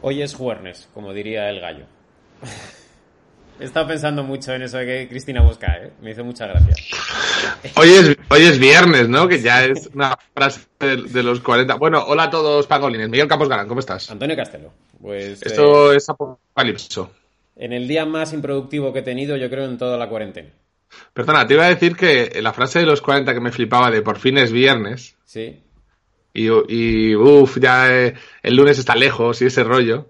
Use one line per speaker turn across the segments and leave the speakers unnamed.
Hoy es jueves, como diría el gallo. He estado pensando mucho en eso de que Cristina busca, ¿eh? Me hizo mucha gracia.
Hoy es, hoy es viernes, ¿no? Que ya es una frase de, de los 40. Bueno, hola a todos, Pagolines. Miguel Campos Galán, ¿cómo estás?
Antonio Castelo. Pues, eh,
Esto es apocalipso.
en el día más improductivo que he tenido, yo creo, en toda la cuarentena.
Perdona, te iba a decir que la frase de los 40 que me flipaba de por fin es viernes
Sí.
y, y uff, ya eh, el lunes está lejos y ese rollo.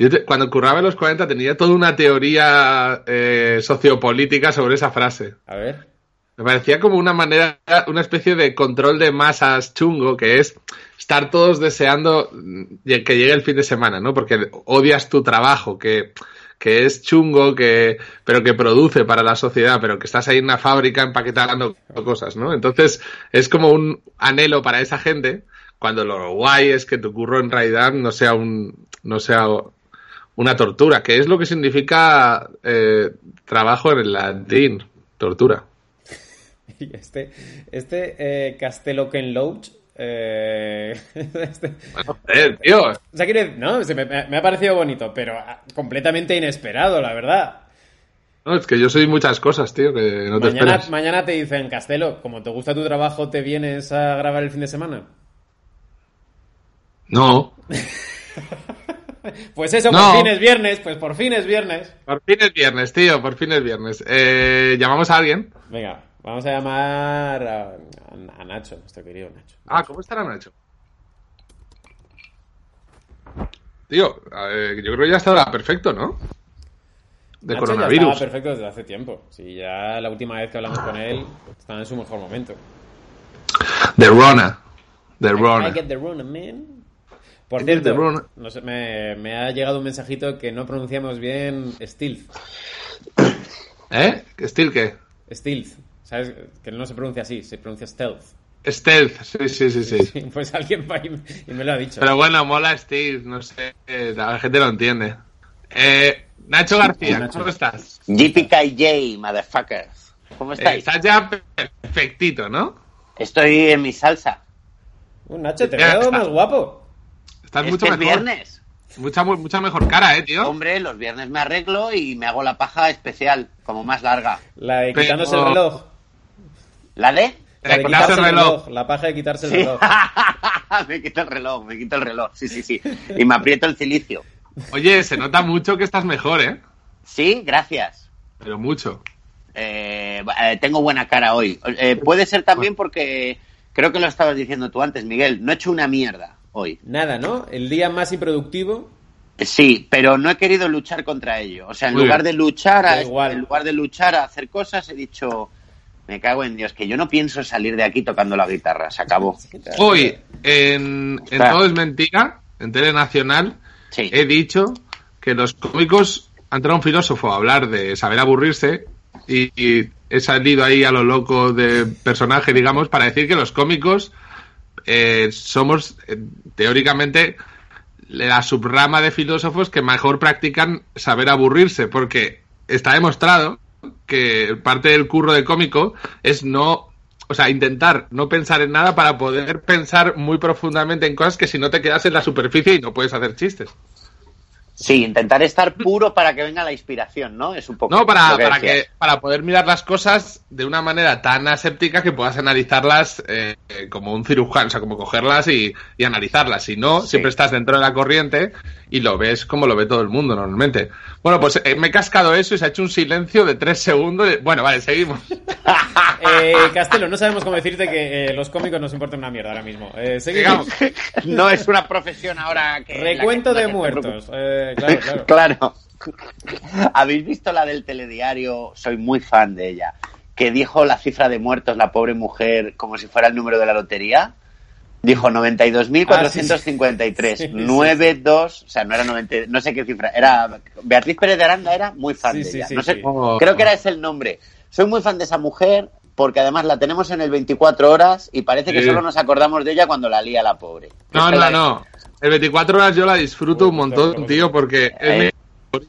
Yo te- cuando curraba en los 40 tenía toda una teoría eh, sociopolítica sobre esa frase.
A ver.
Me parecía como una manera, una especie de control de masas chungo, que es estar todos deseando mm, que llegue el fin de semana, ¿no? Porque odias tu trabajo, que, que es chungo, que, pero que produce para la sociedad, pero que estás ahí en una fábrica empaquetando cosas, ¿no? Entonces, es como un anhelo para esa gente, cuando lo guay es que tu curro en realidad no sea un, no sea una tortura, que es lo que significa eh, trabajo en el latín, tortura.
Y Este, este eh, Castelo Ken Loach. eh, este-
Eh, tío,
O sea, quiero decir- no, se me, me ha parecido bonito, pero ah, completamente inesperado, la verdad.
no, es que yo soy muchas cosas, tío, que no te
mañana,
esperas.
mañana te dicen, Castelo, como te gusta tu trabajo, ¿te vienes a grabar el fin de semana?
No.
Pues eso,
No.
por fin es viernes, pues por fin es viernes.
Por fin es viernes, tío, por fin es viernes. Eh, ¿Llamamos a alguien?
Venga, vamos a llamar a, a- a Nacho, nuestro querido Nacho.
Ah, ¿cómo estará Nacho? Tío, eh, yo creo que ya estará perfecto, ¿no? De
Nacho ya
coronavirus.
estaba perfecto desde hace tiempo. Sí, ya la última vez que hablamos con él, estaba en su mejor momento.
De Rona. De
I-
Rona.
I get the Rona, man. Por
I get
cierto,
the Rona.
no sé, me, me ha llegado un mensajito que no pronunciamos bien Stealth.
¿Eh? ¿Steel qué?
Stealth. ¿Sabes? Que no se pronuncia así, se pronuncia stealth.
Stealth, sí, sí, sí, sí.
Pues alguien va y me, y me lo ha dicho.
Pero bueno, mola Steel, no sé, eh, la gente lo entiende. Eh, Nacho García,
Nacho.
¿cómo estás?
JPKJ, motherfuckers. ¿Cómo
Eh,
estáis?
Estás ya perfectito, ¿no?
Estoy en mi salsa.
Uh, Nacho, te
Ya
veo
está.
más guapo.
Estás
es
mucho
que Este es
mejor.
viernes.
Mucha, mu- mucha mejor cara, ¿eh, tío?
Hombre, los viernes me arreglo y me hago la paja especial, como más larga.
La de
Pero-
quitándose el reloj.
¿La de?
La de
Te quitas
quitarse
el
el
reloj.
reloj. La paja de quitarse el
Sí.
reloj.
me quito el reloj, me quito el reloj. Sí, sí, sí. Y me aprieto el cilicio.
Oye, se nota mucho que estás mejor, ¿eh?
Sí, gracias.
Pero mucho.
Eh, eh, tengo buena cara hoy. Eh, puede ser también porque creo que lo estabas diciendo tú antes, Miguel. No he hecho una mierda hoy.
Nada, ¿no? El día más improductivo.
Sí, pero no he querido luchar contra ello. O sea, en
Muy
lugar
bien.
de luchar
Da
a
igual.
en lugar de luchar a hacer cosas, he dicho me cago en Dios, que yo no pienso salir de aquí tocando la guitarra, se acabó.
Hoy, en, en
Está.
Todo es Mentira, en Telenacional,
Sí.
he dicho que los cómicos han traído un filósofo a hablar de saber aburrirse y, y he salido ahí a lo loco de personaje, digamos, para decir que los cómicos eh, somos eh, teóricamente la subrama de filósofos que mejor practican saber aburrirse, porque está demostrado que parte del curro de cómico es no, o sea, intentar no pensar en nada para poder pensar muy profundamente en cosas que si no te quedas en la superficie y no puedes hacer chistes.
Sí, intentar estar puro para que venga la inspiración, ¿no? Es un poco
No, para,
lo que
para,
decías.
que, para poder mirar las cosas de una manera tan aséptica que puedas analizarlas eh, eh, como un cirujano, o sea, como cogerlas y, y analizarlas. Si no,
Sí.
siempre estás dentro de la corriente y lo ves como lo ve todo el mundo normalmente. Bueno, pues eh, me he cascado eso y se ha hecho un silencio de tres segundos. Bueno, vale, seguimos.
Eh, Castelo, no sabemos cómo decirte que eh, los cómicos nos importan una mierda ahora mismo. Eh, seguimos.
Digamos.
no es una profesión ahora que
Recuento
la que-
de
la que-
muertos. Eh, claro, claro.
Claro. ¿Habéis visto la del telediario? Soy muy fan de ella. Que dijo la cifra de muertos la pobre mujer como si fuera el número de la lotería. Dijo 92.453.
Ah, sí, sí. Sí, sí, sí.
92, o sea, no era 90, no sé qué cifra. Era Beatriz Pérez de Aranda era muy fan
Sí,
de
sí,
ella.
sí,
No sé-
sí.
creo que era ese el nombre. Soy muy fan de esa mujer porque además la tenemos en el 24 horas y parece que
Sí.
solo nos acordamos de ella cuando la lía la pobre.
No,
Esta
no,
la-
no. El 24 horas yo la disfruto un montón, tío, porque es
Eh.
mi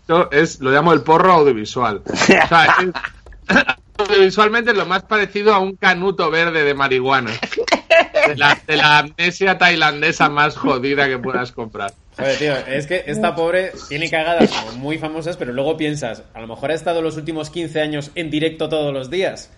favorito, es, lo llamo el porro audiovisual. O sea, es- audiovisualmente es lo más parecido a un canuto verde de marihuana. De la, de la amnesia tailandesa más jodida que puedas comprar.
Joder, tío, es que esta pobre tiene cagadas como muy famosas, pero luego piensas, a lo mejor ha estado los últimos 15 años en directo todos los días.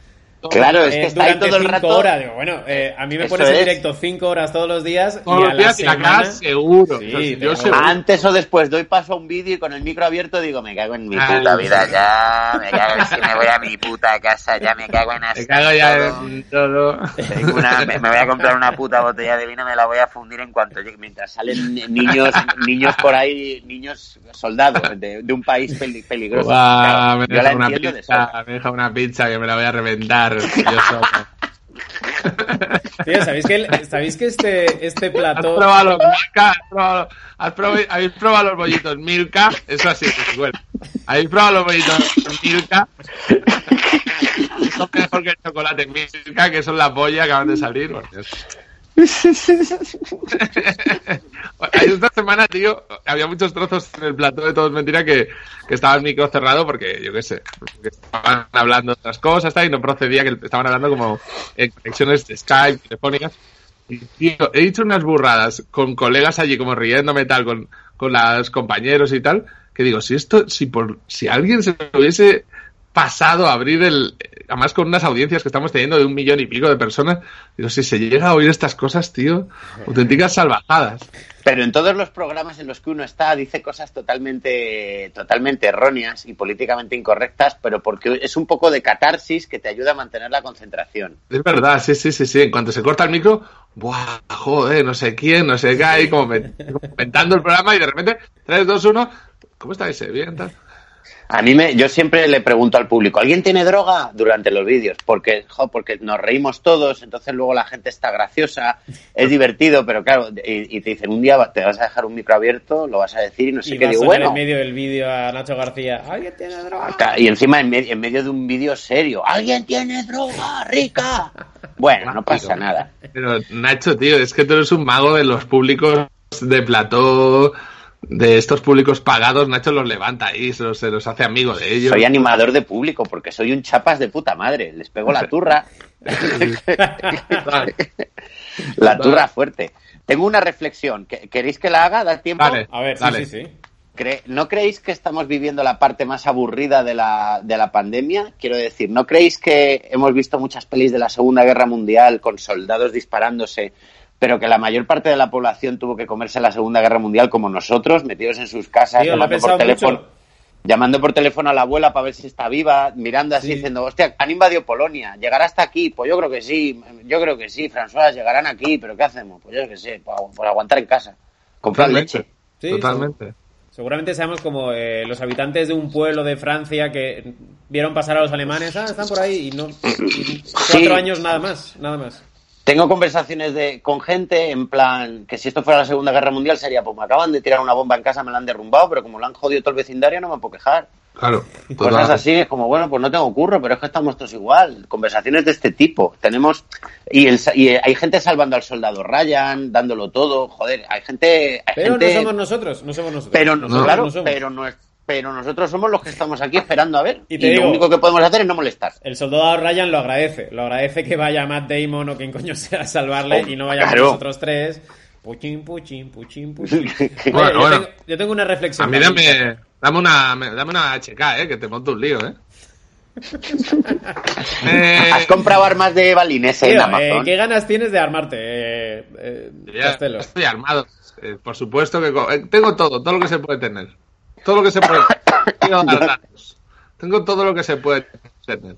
Eh,
Claro, es que está ahí
durante
todo el
cinco
rato.
horas. Digo, bueno, eh, a mí me
Eso
pones en
es.
directo 5 horas todos los días
Todos
y a
los
la
días y la
semana...
cagas seguro.
Sí,
O sea,
pero-
yo seguro.
Antes o después doy paso a un vídeo y con el micro abierto digo, me cago en mi
Ay,
puta vida
Ah, sí.
ya, me cago en si me voy a mi puta casa ya, me cago en
Me
hasta
cago ya
todo.
en todo.
Tengo una- me, me voy a comprar una puta botella de vino, me la voy a fundir en cuanto llegue. Mientras salen ni- niños, niños por ahí, niños soldados de, de un país peli- peligroso.
Guau,
Claro,
me
yo la
deja una
entiendo de sobra.
pizza, me deja una pizza que me la voy a reventar. Yo solo.
Tío, ¿sabéis que, el- ¿sabéis que este, este
¿Has
plató...
probado los Milka? ¿Has probado- has probi- ¿Habéis probado los bollitos Milka? Eso así, que bueno. ¿Habéis probado los bollitos Milka? Son mejor que el chocolate Milka, que son la polla que acaban de salir. por Dios. Hay esta semana, tío, había muchos trozos en el plató de Todo es Mentira que, que estaba el micro cerrado porque, yo qué sé, que estaban hablando de otras cosas tal, y no procedía, que estaban hablando como en conexiones de Skype, telefónicas. Y, tío, he dicho unas burradas con colegas allí, como riéndome tal, con, con los compañeros y tal, que digo, si esto, si por, si alguien se lo hubiese pasado a abrir el, además con unas audiencias que estamos teniendo de un millón y pico de personas, digo, si se llega a oír estas cosas, tío, auténticas salvajadas.
Pero en todos los programas en los que uno está dice cosas totalmente, totalmente erróneas y políticamente incorrectas, pero porque es un poco de catarsis que te ayuda a mantener la concentración.
Es verdad, sí, sí, sí, sí. En cuanto se corta el micro, ¡buah! Joder, no sé quién, no sé qué, ahí como me- comentando el programa y de repente, 3, 2, 1, ¿cómo estáis? eh? ¿Bien? tal?
A mí me, yo siempre le pregunto al público, ¿alguien tiene droga? Durante los vídeos, porque, jo, porque nos reímos todos, entonces luego la gente está graciosa, es divertido, pero claro, y, y te dicen, un día va- te vas a dejar un micro abierto, lo vas a decir y no sé
Y
qué,
va a
digo,
sonar en
bueno.
medio del vídeo a Nacho García. ¿Alguien tiene droga?
Claro, Y encima en, me- en medio de un vídeo serio, ¿alguien tiene droga rica? Bueno, no pasa nada.
Pero Nacho, tío, es que tú eres un mago de los públicos de plató, de estos públicos pagados. Nacho los levanta ahí, se los, se los hace amigo de ellos.
Soy animador de público porque soy un chapas de puta madre, les pego la turra.
Vale,
La turra fuerte. Tengo una reflexión. ¿que- ¿Queréis que la haga? ¿Da tiempo?
Vale.
A ver, sí,
Dale.
sí, sí.
Cre- ¿No creéis que estamos viviendo la parte más aburrida de la, de la pandemia? Quiero decir, ¿no creéis que hemos visto muchas pelis de la Segunda Guerra Mundial con soldados disparándose, pero que la mayor parte de la población tuvo que comerse la Segunda Guerra Mundial como nosotros, metidos en sus casas,
Tío, lo he
llamando por
pensado
teléfono?
mucho.
Llamando por teléfono a la abuela para ver si está viva, mirando así,
Sí.
diciendo, hostia, han invadido Polonia, ¿llegará hasta aquí? Pues yo creo que sí, yo creo que sí, François, llegarán aquí, pero ¿qué hacemos? Pues yo qué sé, pues agu- pues aguantar en casa, comprar leche.
Totalmente.
Sí,
totalmente.
Seguramente seamos como eh, los habitantes de un pueblo de Francia que vieron pasar a los alemanes, ah, están por ahí y no. y cuatro años nada más, nada más.
Tengo conversaciones de, con gente en plan que si esto fuera la Segunda Guerra Mundial sería, pues me acaban de tirar una bomba en casa, me la han derrumbado, pero como la han jodido todo el vecindario no me puedo quejar.
Claro.
Cosas
total.
así, es como, bueno, pues no tengo curro, pero es que estamos todos igual. Conversaciones de este tipo. Tenemos, y, el sa- y hay gente salvando al soldado Ryan, dándolo todo, joder, hay gente... Hay
Pero
gente-
no somos nosotros, no somos nosotros.
pero no-
Nosotros
claro,
no somos.
pero, no es- pero nosotros somos los que estamos aquí esperando a ver.
Y
Y,
te digo-
lo único que podemos hacer es no molestar.
El soldado Ryan lo agradece. Lo agradece que vaya Matt Damon o quien coño sea a salvarle
Oh,
y no vayamos
claro.
nosotros tres. Puchín, puchín, puchín, puchín. Oye,
Bueno,
yo,
bueno.
Tengo, yo tengo una reflexión.
A mí
también.
dame, dame, una, me- dame una HK, eh, que te monto un lío. Eh. Eh,
Has comprado armas de balines en
Tío, eh,
Amazon.
¿Qué ganas tienes de armarte, eh, eh,
ya
Castelo?
estoy armado. Eh, por supuesto que co- eh, tengo todo, todo lo que se puede tener. Todo lo que se puede tener. Tengo datos. Tengo todo lo que se puede tener.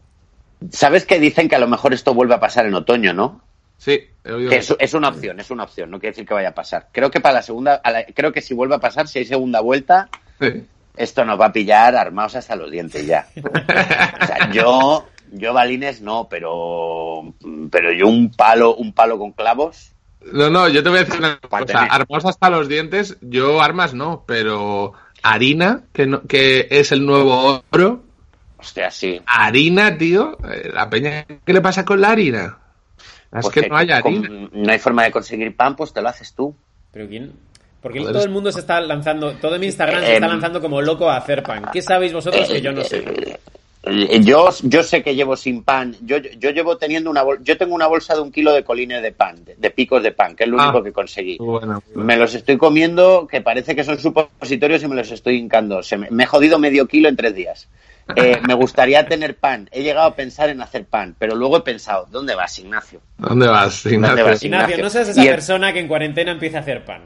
Sabes que dicen que a lo mejor esto vuelve a pasar en otoño, ¿no?
Sí, he oído
Que es,
eso.
es una opción, es una opción, no quiere decir que vaya a pasar. Creo que para la segunda, a la- creo que si vuelve a pasar, si hay segunda vuelta,
Sí.
esto nos va a pillar armados hasta los dientes ya. O sea, yo, yo balines no, pero, pero yo un palo, un palo con clavos.
No, no, yo te voy a decir una
Para
cosa.
tener.
Armas hasta los dientes, yo armas no, pero harina, que, no- que es el nuevo oro.
Hostia, sí.
Harina, tío. eh, La peña, ¿qué le pasa con la harina? Es
Pues
que no hay
con-
harina.
no hay forma de conseguir pan, pues te lo haces tú.
¿Pero quién? Porque
Joder,
todo
es-
el mundo se está lanzando, todo mi Instagram se
Eh,
está lanzando como loco a hacer pan. ¿Qué sabéis vosotros que yo no sé?
Eh, Yo, yo sé que llevo sin pan. Yo, yo llevo teniendo una bol yo tengo una bolsa de un kilo de colines de pan, de, de picos de pan, que es lo
Ah,
único que conseguí.
Bueno, bueno.
Me los estoy comiendo, que parece que son supositorios y me los estoy hincando. Se me, me he jodido medio kilo en tres días. Eh, me gustaría tener pan. He llegado a pensar en hacer pan, pero luego he pensado, ¿dónde vas, Ignacio?
¿Dónde vas, Ignacio?
vas?
Ignacio,
Ignacio.
no seas esa
Y el-
persona que en cuarentena empieza a hacer pan.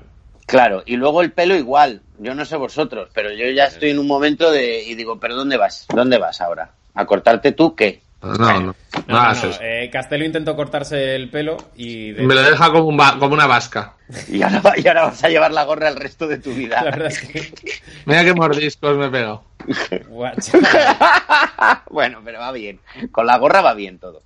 Claro, y luego el pelo igual. Yo no sé vosotros, pero yo ya estoy en un momento de y digo, ¿pero dónde vas? ¿Dónde vas ahora? ¿A cortarte tú qué?
No, no, no,
No, no,
hagas
no,
Ah, eso.
eh, Castelo intentó cortarse el pelo y... de-
Me lo deja como, un va- como una vasca.
Y ahora, va- y ahora vas a llevar la gorra el resto de tu vida.
La verdad es que...
Mira qué mordiscos me pego.
Guacha.
bueno, pero va bien. Con la gorra va bien todo.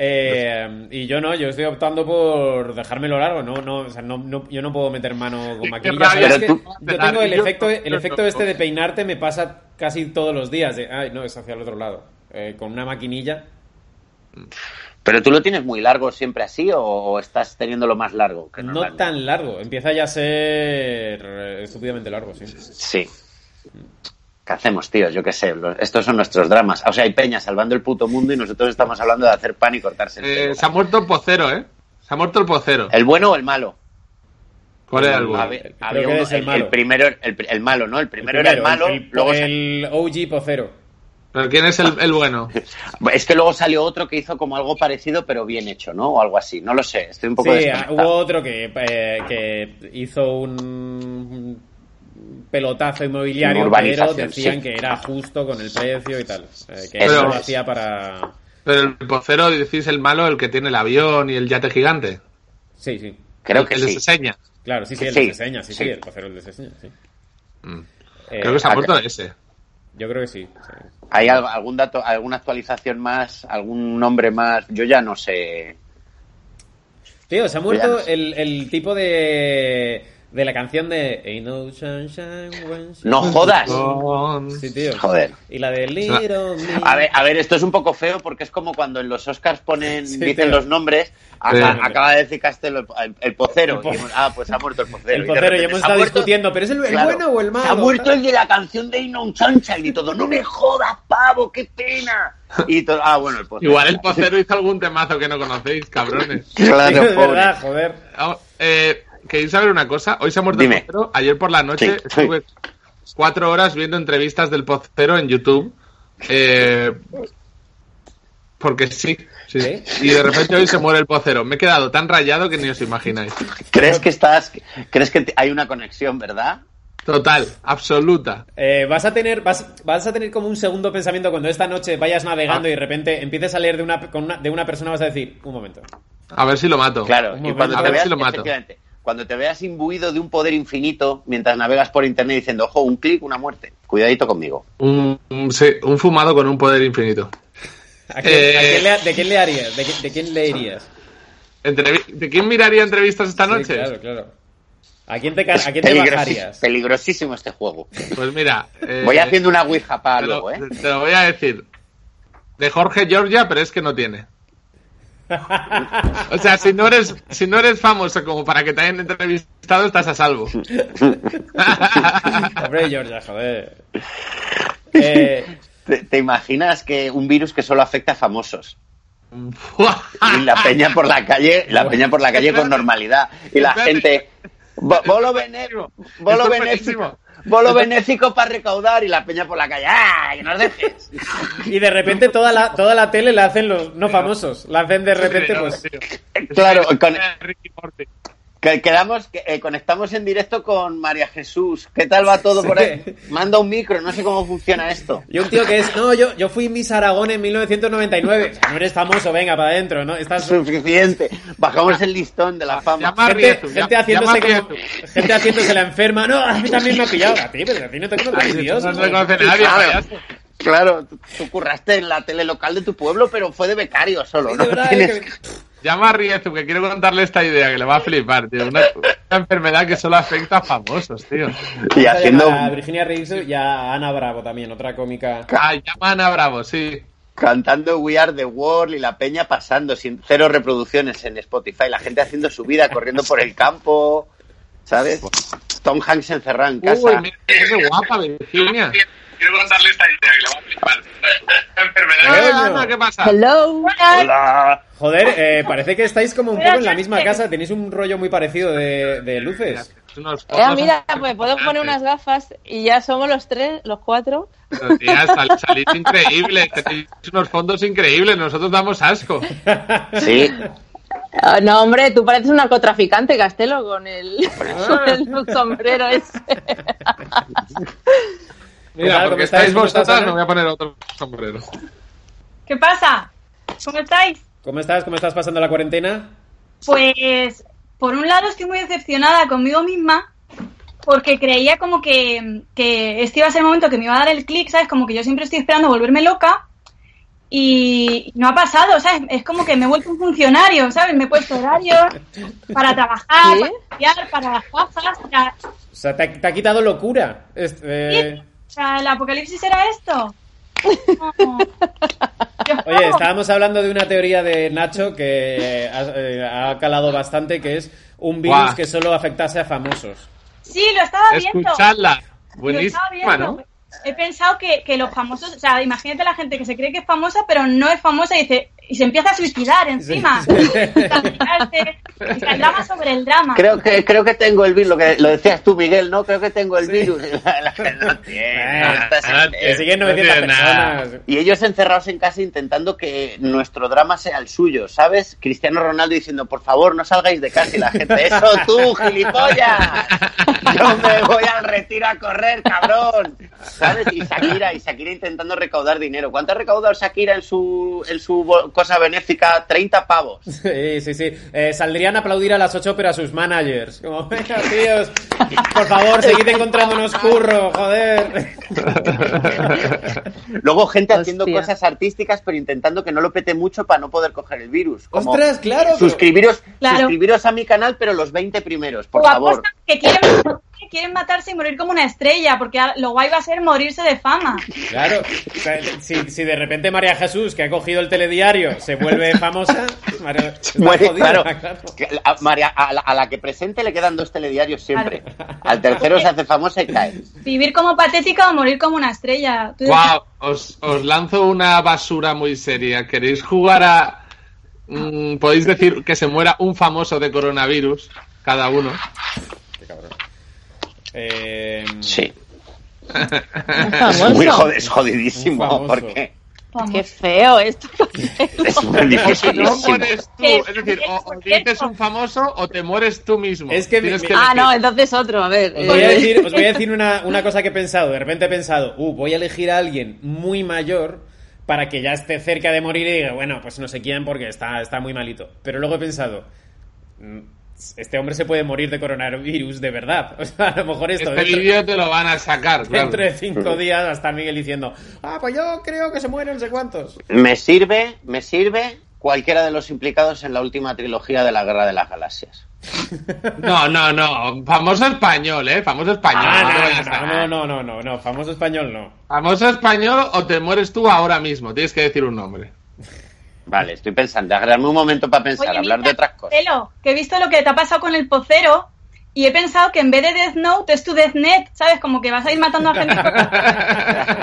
Eh, y yo no, yo estoy optando por dejármelo largo. No, no, o sea, no, no- yo no puedo meter mano con
Qué
maquillaje.
rabia,
Es
pero
que
tú-
yo tengo el
Yo-
efecto, el
yo-
efecto este de peinarte me pasa casi todos los días. de, ay, no, es hacia el otro lado. Eh, con una maquinilla.
¿Pero tú lo tienes muy largo siempre así o, o estás teniendo lo más largo? Que
No
normal?
tan largo. Empieza ya a ser eh, estúpidamente largo, sí.
Sí. ¿Qué hacemos, tío? Yo qué sé. lo- Estos son nuestros dramas. O sea, hay peña salvando el puto mundo y nosotros estamos hablando de hacer pan y cortarse el
Eh,
pelo.
se ha muerto el pocero, ¿eh? Se ha muerto el pocero.
¿El bueno o el malo?
¿Cuál era el bueno?
A ver,
Creo
había
que
uno-
es el
el,
malo.
el primero, el, pri- el malo, ¿no? El primero, era el malo,
El, el-
luego sa-
el OG Pocero.
¿Pero quién es el, el bueno?
es que luego salió otro que hizo como algo parecido pero bien hecho, ¿no? O algo así, no lo sé, estoy un poco
Sí, ah,
desconectado.
hubo otro que, eh, que hizo un pelotazo inmobiliario, pero
Urbanización,
decían
sí.
que era justo con el precio y tal. eh, que
Pero-
eso lo hacía para...
Pero el pocero, decís el malo, el que tiene el avión y el yate gigante.
Sí, sí.
Creo que
El de
sí.
Seseña.
Claro, sí, sí, el
Sí,
de Seseña, sí, sí,
sí.
el pocero el de Seseña, sí.
Mm.
Eh,
Creo que se ha
acá.
muerto ese.
Yo creo que sí. sí.
¿Hay al- algún dato, alguna actualización más, algún nombre más? Yo ya no sé.
Tío, se ha muerto
Veamos.
el, el tipo de, de la canción de Ain't no sunshine when she-
No jodas.
Con-
Sí, tío.
Joder.
Y la de Little Me.
A ver, a ver, esto es un poco feo porque es como cuando en los Oscars ponen,
Sí,
dicen
tío.
los nombres,
Sí.
acá- acaba de decir Castelo el, el pocero.
El po-
y hemos- ah, pues ha muerto el pocero.
El
de
pocero,
repente,
ya hemos
¿se ha
estado
muerto?
discutiendo, pero ¿es el, el
Claro.
bueno o el malo?
Se ha muerto el de la canción de Inon Sunshine y todo. ¡No me jodas, pavo! ¡Qué pena! Y todo, ah, bueno, el pocero.
Igual el pocero hizo algún temazo que no conocéis, cabrones.
Claro,
es
pobre.
verdad, joder.
Ah, Eh, ¿Queréis saber una cosa? Hoy se ha muerto
Dime.
el pocero. Ayer por la noche
Sí.
estuve cuatro horas viendo entrevistas del pocero en YouTube. Eh, porque sí, sí.
¿Eh?
Y de repente hoy se muere el pocero. Me he quedado tan rayado que ni os imagináis.
¿Crees que estás... ¿Crees que te- hay una conexión, verdad?
Total, absoluta.
Eh, vas a tener vas, vas a tener como un segundo pensamiento cuando esta noche vayas navegando
Ah.
y de repente empieces a leer de una, con una- de una persona vas a decir un momento
A ver si lo mato.
Claro.
Un
Y
momento.
cuando
A
te
ver
veas,
si lo mato.
efectivamente, cuando te veas imbuido de un poder infinito mientras navegas por internet diciendo, ojo, un clic, una muerte. Cuidadito conmigo.
Un, un- sí, un fumado con un poder infinito.
¿A quién-
Eh.
a quién le- de quién le harías de, qué- de quién leerías
Entrevi- ¿De quién miraría entrevistas esta
Sí,
noche?
claro claro a quién te ca- a quién te
Peligrosis-
bajarías
peligrosísimo este juego.
Pues mira. eh,
Voy haciendo una ouija para
te lo-
luego, ¿eh?
Te lo voy a decir. De Jorge Georgia, pero es que no tiene. O sea, si no eres, si no eres famoso como para que te hayan entrevistado, estás a salvo.
hombre Georgia joder Eh,
¿Te, te imaginas que un virus que solo afecta a famosos? Y la
la
peña por la calle, la peña por la calle con normalidad. Y la
Espérate.
gente. "Bo- Bolo, bene- bolo
Esto es
benéfico.
buenísimo.
Bolo benéfico para recaudar y la peña por la calle. ¡Ah! ¡Que nos dejes!
y de repente toda la toda la tele la hacen los no famosos la hacen de repente pues
Claro, con- que- quedamos, que- eh, conectamos en directo con María Jesús. ¿Qué tal va todo por ahí?
Sí.
Manda un micro, no sé cómo funciona esto.
y un tío que es, no, yo, yo fui Miss Aragón en 1999. O sea, no eres famoso, venga, para adentro, ¿no? Estás
Suficiente. Bajamos el listón de la fama.
Llama a
Gente,
Riezu,
gente
llama-
haciéndose
llama a
como-
Riezu.
gente haciéndose la enferma. No, a mí también me ha pillado. A ti, pero a ti no te
Ay,
conoces,
si
Dios.
no te
hombre.
conoce nadie,
Claro.
payaso.
Claro, tú, tú curraste en la tele local de tu pueblo, pero fue de becario solo.
Sí,
¿no?
de verdad,
Tienes-
eh, que-
Llama a Riezu, que quiero contarle esta idea que le va a flipar, tío. Una, una enfermedad que solo afecta a famosos, tío.
Y haciendo.
A Virginia Reisu y a Ana Bravo también, otra cómica.
Ah, llama a Ana Bravo, sí.
cantando We Are the World y la peña pasando sin cero reproducciones en Spotify, la gente haciendo su vida, corriendo por el campo, ¿sabes? Tom Hanks encerrado en casa.
Uy, mira, qué guapa, Virginia.
Quiero contarle esta idea que la va a flipar.
Eh, Ana, ¿qué pasa?
Hello.
Hola.
Joder, eh, parece que estáis como un poco en la misma casa. Tenéis un rollo muy parecido de, de luces.
Unos
Eh,
fotos
mira, me puedo poner unas gafas y ya somos los tres, los cuatro.
Pero, tía, sal- salís increíbles, tenéis unos fondos increíbles, nosotros damos asco.
Sí,
Ah, no, hombre, tú pareces un narcotraficante, Castelo, con el, con el sombrero ese.
Pues nada,
Mira,
¿cómo
porque
estáis?
estáis
¿Cómo estás,
vosotras,
Ana?
me voy a poner otro sombrero.
¿Qué pasa? ¿Cómo estáis?
¿Cómo estás? ¿Cómo estás pasando la cuarentena?
Pues, por un lado estoy muy decepcionada conmigo misma porque creía como que, que este iba a ser el momento que me iba a dar el clic, ¿sabes? Como que yo siempre estoy esperando volverme loca y no ha pasado, ¿sabes? Es como que me he vuelto un funcionario, ¿sabes? Me he puesto horarios para trabajar,
¿Sí?
para estudiar, para las gafas, para-
O sea, te ha, te ha quitado locura. Este, eh,
O sea, ¿el apocalipsis era esto? No. Yo
Oye,
no.
estábamos hablando de una teoría de Nacho que eh, ha, eh, ha calado bastante, que es un virus
Guau.
que solo afectase a famosos.
Sí, lo estaba viendo.
Escuchadla.
Lo estaba
Buenísima,
viendo.
¿no?
He pensado que, que los famosos, o sea, imagínate la gente que se cree que es famosa, pero no es famosa y, dice, y se empieza a suicidar encima.
Sí.
O sea, mirarse, o sea, el drama sobre el drama.
creo que, creo que tengo el virus, lo que lo decías tú, Miguel, ¿no? Creo que tengo el virus. No tiene, no estás
Ah,
enfermo.
Que siguen
no
900
tiene nada.
personas.
Y ellos encerrados en casa intentando que nuestro drama sea el suyo, ¿sabes? Cristiano Ronaldo diciendo, por favor, no salgáis de casa y la gente, eso tú, gilipollas. Yo me voy al retiro a correr, cabrón. ¿Sabes? Y Shakira, y Shakira intentando recaudar dinero. ¿Cuánto ha recaudado Shakira en su, en su bo- cosa benéfica? 30 pavos.
Sí, sí, sí. Eh, saldrían a aplaudir a las 8 pero a sus managers. Como, venga, tíos, por favor, seguid encontrándonos curro, joder.
Luego gente haciendo
Hostia.
cosas artísticas, pero intentando que no lo pete mucho para no poder coger el virus. Como,
Ostras, claro. pero-
Suscribiros,
Claro.
suscribiros a mi canal, pero los 20 primeros, por
o
favor.
apuestan que quieren, que quieren matarse y morir como una estrella, porque ahora lo guay va a ser morirse de fama.
Claro, o sea, si, si de repente María Jesús, que ha cogido el telediario, se vuelve famosa, María, está
Muere,
jodida,
claro. Que- a, María, a, la, a la que presente le quedan dos telediarios siempre. Al tercero se hace famosa y cae.
Vivir como patética o morir como una estrella. Tú
Guau, os, os lanzo una basura muy seria. ¿Queréis jugar a... mm, Podéis decir que se muera un famoso de coronavirus, cada uno.
Eh,
Sí.
Famoso.
Es, muy jod- es jodidísimo,
Famoso.
porque
famosa.
Qué feo esto.
es muy
Porque no
dificilísimo.
mueres tú. Es decir, o, o dices un famoso o te mueres tú mismo.
Es que mi-
Tienes "Este
Ah,
elegir.
no, entonces otro, a ver.
Os voy a
eh,
decir, os voy a decir una, una cosa que he pensado. De repente he pensado, uh, voy a elegir a alguien muy mayor para que ya esté cerca de morir y diga, bueno, pues no sé quién porque está, está muy malito. Pero luego he pensado, mm, este hombre se puede morir de coronavirus de verdad. O sea, a lo mejor esto
Este
dentro-
vídeo te lo van a sacar, claro.
Dentro de cinco días va a estar Miguel diciendo, ah, pues yo creo que se mueren no sé cuántos.
Me sirve, me sirve cualquiera de los implicados en la última trilogía de la Guerra de las Galaxias.
No, no, no. Famoso español, ¿eh? Famoso español. no te vayas a-
Ah, no, no, no, no, no, no, famoso español no.
Famoso español o te mueres tú ahora mismo. Tienes que decir un nombre.
Vale, estoy pensando, agarrarme un momento para pensar,
Oye,
hablar
mira,
de otras cosas.
Marcelo, que he visto lo que te ha pasado con el pocero y he pensado que en vez de Death Note es tu Death Net, ¿sabes? Como que vas a ir matando a gente.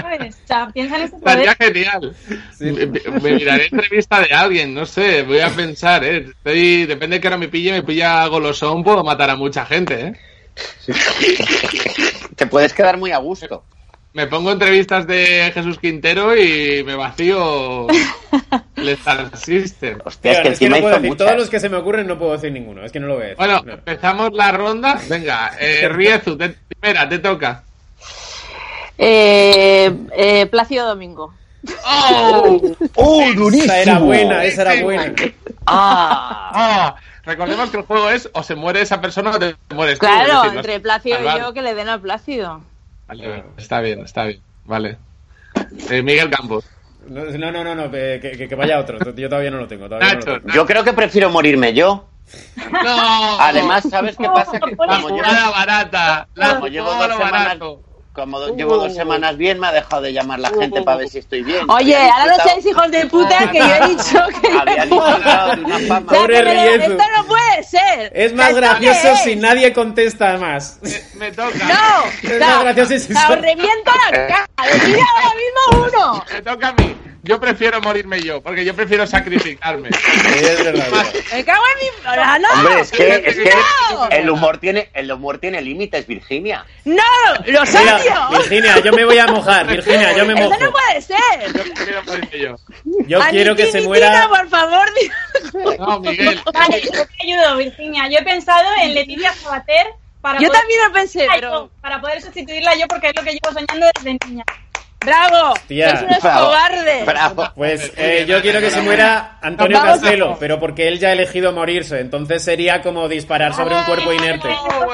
¿sabes? O sea, piensa en ese
Estaría
poder.
genial.
Sí.
Me, me miraré entrevista de alguien, no sé, voy a pensar, ¿eh? Estoy- depende de qué hora me pille, me pilla golosón, puedo matar a mucha gente, ¿eh?
Te puedes quedar muy a gusto.
Me pongo entrevistas de Jesús Quintero y me vacío el Star System.
Hostia, es
Tío,
que
es que
encima
no puedo
hizo
decir, todos los
muchas.
que se me ocurren no puedo decir ninguno, es que no lo voy a decir.
Bueno,
No.
empezamos la ronda. Venga, eh, Riezu, te- primera, te toca.
eh, eh, Plácido Domingo.
¡Oh!
¡Oh,
Esa era buena, esa era
Sí,
buena.
¡Ah!
Ah, recordemos que el juego es o se muere esa persona o te mueres tú, es
Claro,
decir, no-
entre Plácido
Salvar.
y yo que le den a Plácido.
Vale, vale, está bien, está bien. Vale. Eh, Miguel Campos.
No, no, no, no, no, que, que- que vaya otro. Yo todavía no lo tengo. Todavía no
Nacho.
lo tengo.
Yo creo que prefiero morirme yo.
No.
Además, ¿sabes qué pasa? Que,
la
vamos, llevo,
jugada barata. La
como llevo
jugada
dos semanas,
barata.
como do- llevo dos semanas bien, me ha dejado de llamar la gente para ver si estoy bien.
Oye,
Había
ahora no
disfrutado-
seáis hijos de puta que yo he dicho que...
Había disfrutado de una fama.
Ya, que me
Pobre
lo-
Riezu.
Esto no puede ser.
Es más
¿Esto qué
gracioso
es?
si nadie contesta más.
Me toca.
No,
Es
da-
más gracioso si
da-
son-
os reviento la cara. Decide ahora mismo uno.
Me toca a mí. Yo prefiero morirme yo, porque yo prefiero sacrificarme.
Es verdad.
Me cago en mi. ¡Ah, no!
Hombre, es que, es que
¡No!
el humor tiene, el humor tiene límites, Virginia.
¡No! ¡Los
Mira,
odio!
Virginia, yo me voy a mojar. Virginia, yo me
¡Eso no
mojo.
puede ser!
Yo prefiero morirme yo.
Yo quiero que se muera.
por favor, di-
No, Miguel.
Vale, yo te ayudo, Virginia. Yo he pensado en Leticia Sabater para,
Yo
poder,
también lo pensé, pero.
para poder sustituirla yo porque es lo que llevo soñando desde niña.
¡Bravo!
Hostia.
¡Sois unos
Bravo.
cobardes!
Bravo.
Pues eh, yo quiero que se muera Antonio
Vamos a-
Castelo, pero porque él ya ha elegido morirse. Entonces sería como disparar sobre un cuerpo inerte.
Oh,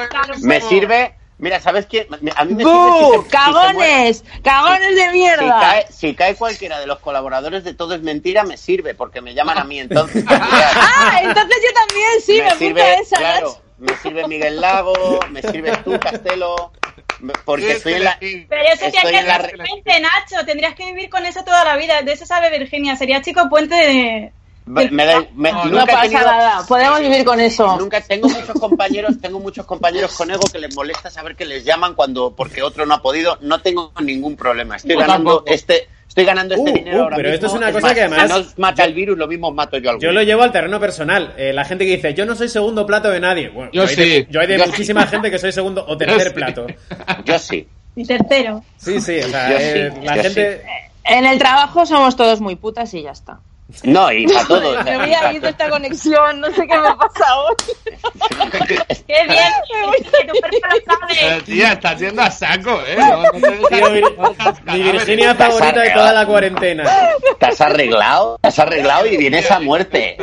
Me sirve. Mira, ¿sabes quién? A mí me
¡Bu!
sirve. si se- si se muere-
¡Cagones! ¡Cagones de
Si
mierda!
cae, si cae cualquiera de los colaboradores de todo es mentira, me sirve, porque me llaman a mí entonces.
¡Ah! Entonces yo también sí, me, apunto a esa. ¿eh?
claro, me sirve Miguel Lago, me sirves tú, Castelo, me- porque
Tienes
estoy
que
en la...
elegir.
Pero eso te
Estoy
haría
en la
Chico
re-
puente, Nacho. Tendrías que vivir con eso toda la vida. De eso sabe Virginia. Sería chico puente de...
me da- me-
No,
No
nunca he
pasa
tenido-
nada, pues. podemos vivir con eso.
Nunca tengo muchos compañeros, tengo muchos compañeros con ego que les molesta saber que les llaman cuando porque otro no ha podido. No tengo ningún problema. Estoy
Yo
ganando
tampoco.
este, estoy ganando este
Uh,
dinero
uh,
ahora
pero esto
mismo.
es una cosa
más,
que además-
si no mata el virus, lo mismo mato yo al
Yo lo llevo al terreno personal. Eh, la gente que dice, yo no soy segundo plato de nadie. Bueno,
Yo
hay de-
sí.
yo hay de
Yo sí.
muchísima gente que soy segundo o tercer
sí.
plato.
Yo sí.
Y tercero.
Sí, sí, o sea,
Yo
eh,
sí,
la
yo
gente...
En el trabajo somos todos muy putas y ya está.
No, y para todo. o sea,
Me voy a ir de esta conexión, no sé qué me pasa hoy.
¡Qué bien!
Me voy
que tu perro lo
Pero,
sabe.
tía, estás yendo a saco, ¿eh? No, no te dejas-
Tío, mi-
no dejas
mi
cadáveres.
Virginia favorita de toda la cuarentena.
Te has arreglado, te has arreglado y vienes a muerte.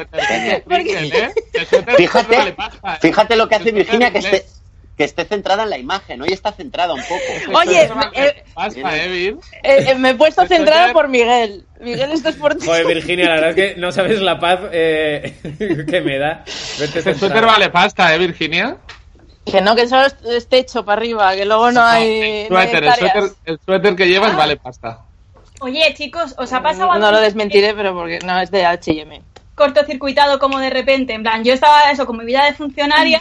Virgen, ¿eh? Que suerte lo que le
Fíjate,
pasa, ¿eh?
fíjate lo que hace
Suerte
Virginia
en
que
inglés.
esté, que esté centrada en la imagen. Hoy está centrada un poco.
Oye,
Suerte en lo que
eh,
le pasa, ¿eh, Vir?
eh, eh, me he puesto centrada por Miguel. Miguel, esto es por ti.
Joder, Virginia, la verdad es que no sabes la paz eh, que me da. Verte
Que
sentada.
Suéter vale pasta, ¿eh, Virginia?
Que no, que solo es techo para arriba, que luego no hay.
el
no hay
suéter, el
hectáreas. Ah.
suéter, el suéter que llevas vale pasta.
Oye, chicos, ¿os ha pasado eh?
No
algo
lo desmentiré, pero porque no es de HM.
cortocircuitado como de repente? En plan, yo estaba eso con mi vida de funcionaria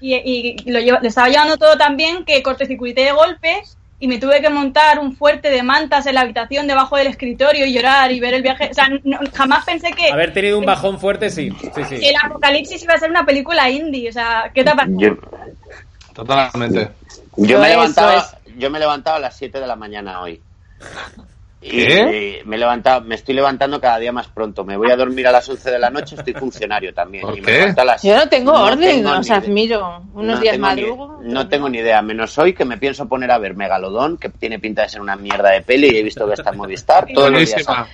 y, y lo, lleva- lo estaba llevando todo tan bien que cortocircuité de golpe y me tuve que montar un fuerte de mantas en la habitación debajo del escritorio y llorar y ver el viaje. O sea, no- jamás pensé que...
Haber tenido un bajón fuerte, sí. sí, sí.
que el apocalipsis iba a ser una película indie, o sea, ¿qué te ha pasado?
Yo,
Totalmente.
yo
Eso
me he levantado,
es.
yo me he levantado a las 7 de la mañana hoy. Y,
¿Qué?
y me he levantado, me estoy levantando cada día más pronto. Me voy a dormir a las 11 de la noche, estoy funcionario también.
¿Por
y
qué?
Me levanto a las-
Yo no tengo orden,
tengo
os
ni idea.
admiro. Unos
No
días
tengo ni-
madrugo.
no tengo ni idea, menos hoy que me pienso poner a ver Megalodón, que tiene pinta de ser una mierda de peli y he visto que está en Movistar. Todos los días.
Buenísima.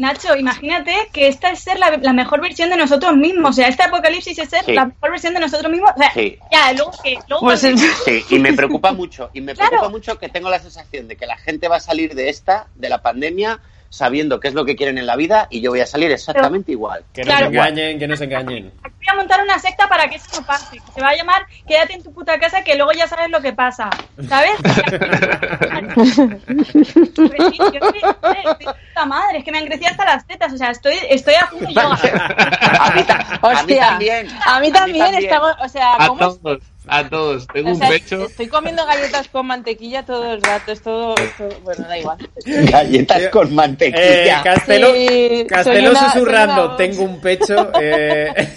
Nacho, imagínate que esta es ser la, la mejor versión de nosotros mismos, o sea, este apocalipsis es ser
Sí.
la mejor versión de nosotros mismos, o sea,
Sí.
ya, luego que... Luego
Pues
cuando-
el-
Sí, y me preocupa mucho, y me
Claro.
preocupa mucho que tengo la sensación de que la gente va a salir de esta, de la pandemia, sabiendo qué es lo que quieren en la vida, y yo voy a salir exactamente igual.
Que nos
Claro.
engañen, que nos engañen.
Aquí voy a montar una secta para que eso no pase, que se va a llamar Quédate en tu puta casa que luego ya sabes lo que pasa, ¿sabes? Pues sí, yo estoy- estoy de puta madre, es que me han crecido hasta las tetas, o sea, estoy, estoy haciendo yoga.
A mí, ta- a mí
Hostia.
también.
A mí también estamos. O sea,
A
Ah, ¿cómo es-
todos, a todos. Tengo
o
un
sea,
pecho.
Estoy comiendo galletas con mantequilla todo el rato. Es todo. es todo- bueno, da igual.
Galletas con
Eh,
mantequilla.
Castelo,
Sí,
Castelo
soy una-
susurrando,
soy una-
tengo un pecho. eh,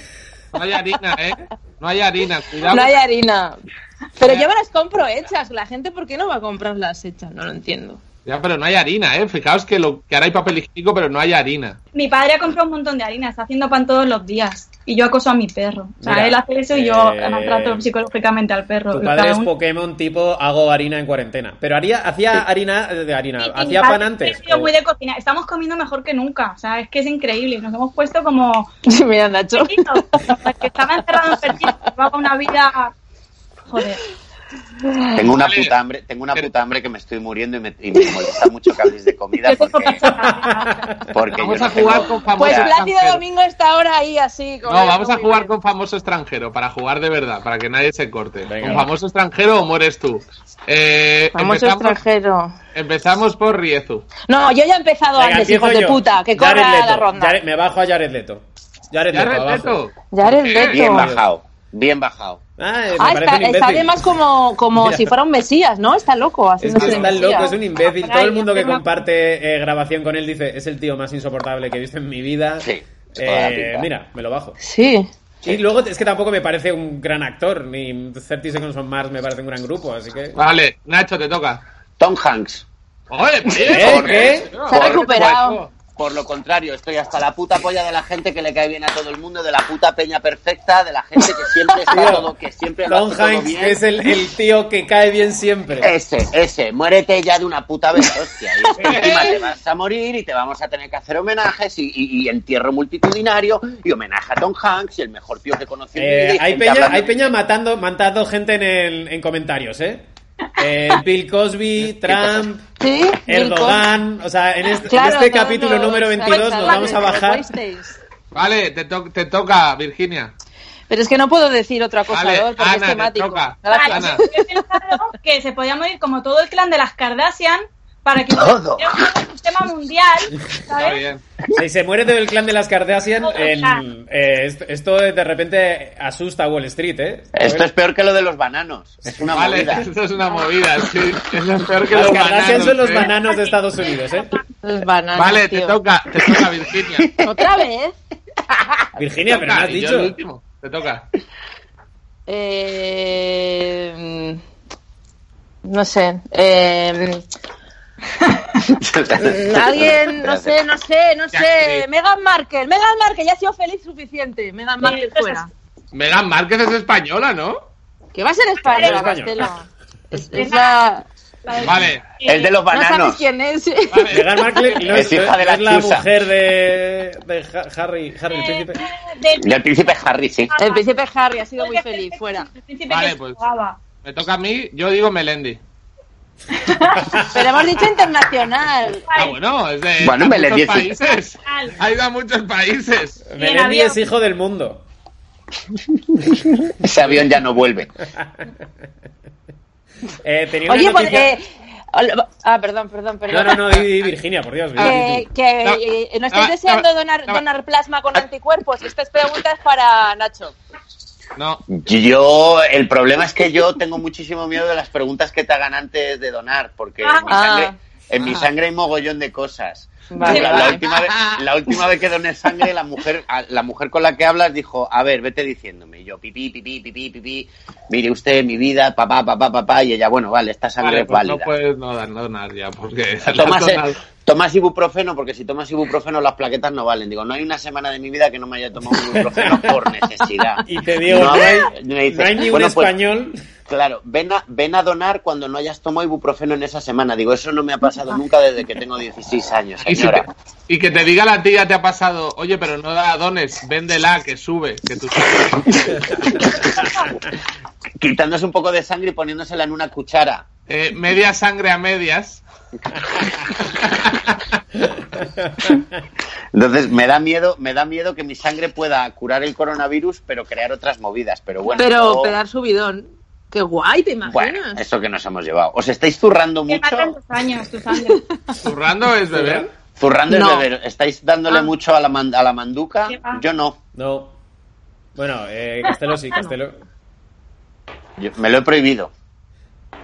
No hay harina, ¿eh? No hay harina. Cuidado.
No hay harina.
Eh.
Pero yo me las compro hechas. La gente, ¿por qué no va a comprarlas hechas? No lo entiendo.
Ya, pero no hay harina, ¿eh? Fijaos que, lo, que ahora hay papel higiénico, pero no hay harina.
Mi padre ha comprado un montón de harina, está haciendo pan todos los días. Y yo acoso a mi perro. O sea,
Mira,
él hace eso y yo
eh,
maltrato psicológicamente al perro.
tu
Cada
padre es
uno-
Pokémon tipo hago harina en cuarentena. Pero haría, hacía harina eh, de harina,
Sí, sí,
hacía
mi padre
pan antes. eh.
siempre ha sido
o-
muy de cocina. Estamos comiendo mejor que nunca. O sea, es que es increíble. Nos hemos puesto como.
Mira, Nacho.
perritos. El que estaba encerrado en perdido, llevaba una vida. Joder.
Tengo una
Vale.
puta hambre, tengo una puta hambre que me estoy muriendo y me, y me molesta mucho que habléis de comida
Yo tengo
porque,
pachaca.
porque
Vamos
yo
a
no tengo-
jugar con famoso
Pues Plácido
extranjero.
Domingo está ahora ahí así.
No, vamos a jugar con famoso extranjero, para jugar de verdad, para que nadie se corte.
Venga.
¿Con famoso extranjero o mueres tú? Eh,
Famoso
empezamos,
extranjero.
empezamos por Riezu.
No, yo ya he empezado
Venga,
antes,
empiezo
hijos de
yo.
puta. Que
Jared
corra la
Leto,
ronda.
Jared- me bajo a Jared Leto. Jared,
Ya
Leto, abajo.
respeto.
Jared Leto.
Bien bajado. Bien bajado.
Ah, eh, me parece
Ah, está,
un imbécil.
está además como, como
Mira.
si fuera un mesías, ¿no? ah, Está loco.
Es
haciendo
que está loco, es un imbécil.
Caray,
Todo el mundo que
es una-
comparte eh, grabación con él dice, es el tío más insoportable que he visto en mi vida.
Sí,
Eh,
toda la pinta.
mira, me lo bajo.
Sí.
Y luego es que tampoco me parece un gran actor, ni 30 Seconds on Mars me parece un gran grupo, así que...
Vale, Nacho, te toca.
Tom Hanks.
¡Oye,
¿Eh? ¿Qué?
Se ha recuperado.
Por lo contrario, estoy hasta la puta polla de la gente que le cae bien a todo el mundo, de la puta peña perfecta, de la gente que siempre está todo, que siempre lo
Tom
hace todo
Hanks
bien.
es el, el tío que cae bien siempre.
Ese, ese, muérete ya de una puta vez, hostia. Y es que encima te vas a morir y te vamos a tener que hacer homenajes y, y- y entierro multitudinario y homenaje a Tom Hanks y el mejor tío que conocí. en mi vida
Eh,
y
hay,
gente
peña,
hablando-
hay peña matando, matando gente en, el- en comentarios, ¿eh? Eh, Bill Cosby, Trump,
Sí.
Erdogan, o sea, en este, en
Claro,
este
todos
capítulo
los-
número 22 nos
exacto,
vamos a
los
bajar.
Weinsteins.
Vale, te, to- te toca, Virginia.
Pero es que no puedo decir otro
Vale,
acosador porque es
Ana, te
temático.
toca.
Vale,
Ana.
yo he pensado que se podía morir como todo el clan de las Kardashian para que
Todo.
hubiera un sistema mundial,
Está
¿sabes?
bien.
Si se muere del clan de las Kardashian, en- eh, esto, esto de repente asusta a Wall Street, ¿eh?
Esto es peor que lo de los bananos. Es una
Vale,
movida.
esto es una movida, sí. Es lo peor que
Las
los
Kardashian
bananos.
son los
¿eh?
bananos de Estados Unidos, ¿eh?
Los bananos,
Vale, te
tío.
toca, te toca, Virginia.
¿Otra vez?
Virginia, pero no has
Toca, y yo el
dicho.
último. Te toca.
Eh, no sé. Eh, alguien, no sé, no sé, no sé.
Jack, sí.
Meghan Markle, Meghan Markle, ya ha sido feliz suficiente. Meghan Markle
entonces-
fuera.
Megan Márquez es española, ¿no?
Que va a ser española,
Español.
Castelo. Es, es la...
Vale.
El de los
No sabes
bananos.
quién es.
vale.
Meghan Markle no es,
Es hija de
no es
la
la
Chusa.
mujer de, de Ha- Harry, Harry el
Eh,
príncipe.
del-
Del príncipe Harry, sí.
El príncipe Harry ha sido muy feliz, fuera.
El príncipe
Vale,
que
pues.
jugaba.
Me toca a mí, yo digo Melendi.
Pero hemos dicho internacional.
Ah, bueno, Ah, es de
Bueno,
a
Melendi
muchos
es-
países.
Vale.
Ha ido a muchos países.
Melendi
había-
es hijo del mundo.
Ese avión ya no vuelve.
Eh, tenía
Oye,
una
pues,
noticia-
eh, ol- ah, perdón, perdón,
No,
perdón.
no, no, di- di, Virginia, por Dios.
Que,
Virginia.
que
No,
Ah, eh, no
no,
estáis deseando
no,
donar,
no. Ah.
donar plasma con anticuerpos. Estas preguntas para Nacho.
No,
Yo, el problema es que yo tengo muchísimo miedo de las preguntas que te hagan antes de donar, porque en mi
Ah.
sangre, en mi
Ah.
sangre hay mogollón de cosas.
Vale,
la,
vale.
la última vez, la última vez que doné sangre, la mujer, a- la mujer con la que hablas dijo, a ver, vete diciéndome. Y yo, pipí, pipí, pipí, pipí, mire usted, mi vida, papá, papá, papá. Y ella, bueno, vale, esta
vale,
sangre es
pues no
válida.
puedes no dar, no donar ya, porque las
Tomas,
donas-
tomas ibuprofeno, porque si tomas ibuprofeno las plaquetas no valen. Digo, no hay una semana de mi vida que no me haya tomado ibuprofeno por necesidad.
Y te digo, no, hay, no hay ni un
Bueno, pues,
español.
Claro, ven a, ven a donar cuando no hayas tomado ibuprofeno en esa semana. Digo, eso no me ha pasado nunca desde que tengo 16 años,
y, si te-
señora.
y que te diga la tía, te ha pasado, oye, pero no da dones, véndela, que sube, que tú
Quitándose un poco de sangre y poniéndosela en una cuchara.
Eh, media sangre a medias.
Entonces, me da miedo, me da miedo que mi sangre pueda curar el coronavirus, pero crear otras movidas. Pero bueno,
Pero
eso-
pedar subidón. Qué guay, ¿te imaginas?
bueno, eso que nos hemos llevado. ¿Os estáis zurrando
Que matan
mucho?
tus años, tus años.
¿Zurrando es beber?
Zurrando es
No.
beber. ¿Estáis dándole
Ah.
mucho a la, man- a la manduca?
¿Qué va?
Yo no.
No. Bueno, eh, Castelo
Ah,
sí, Castelo.
Yo- me lo he prohibido.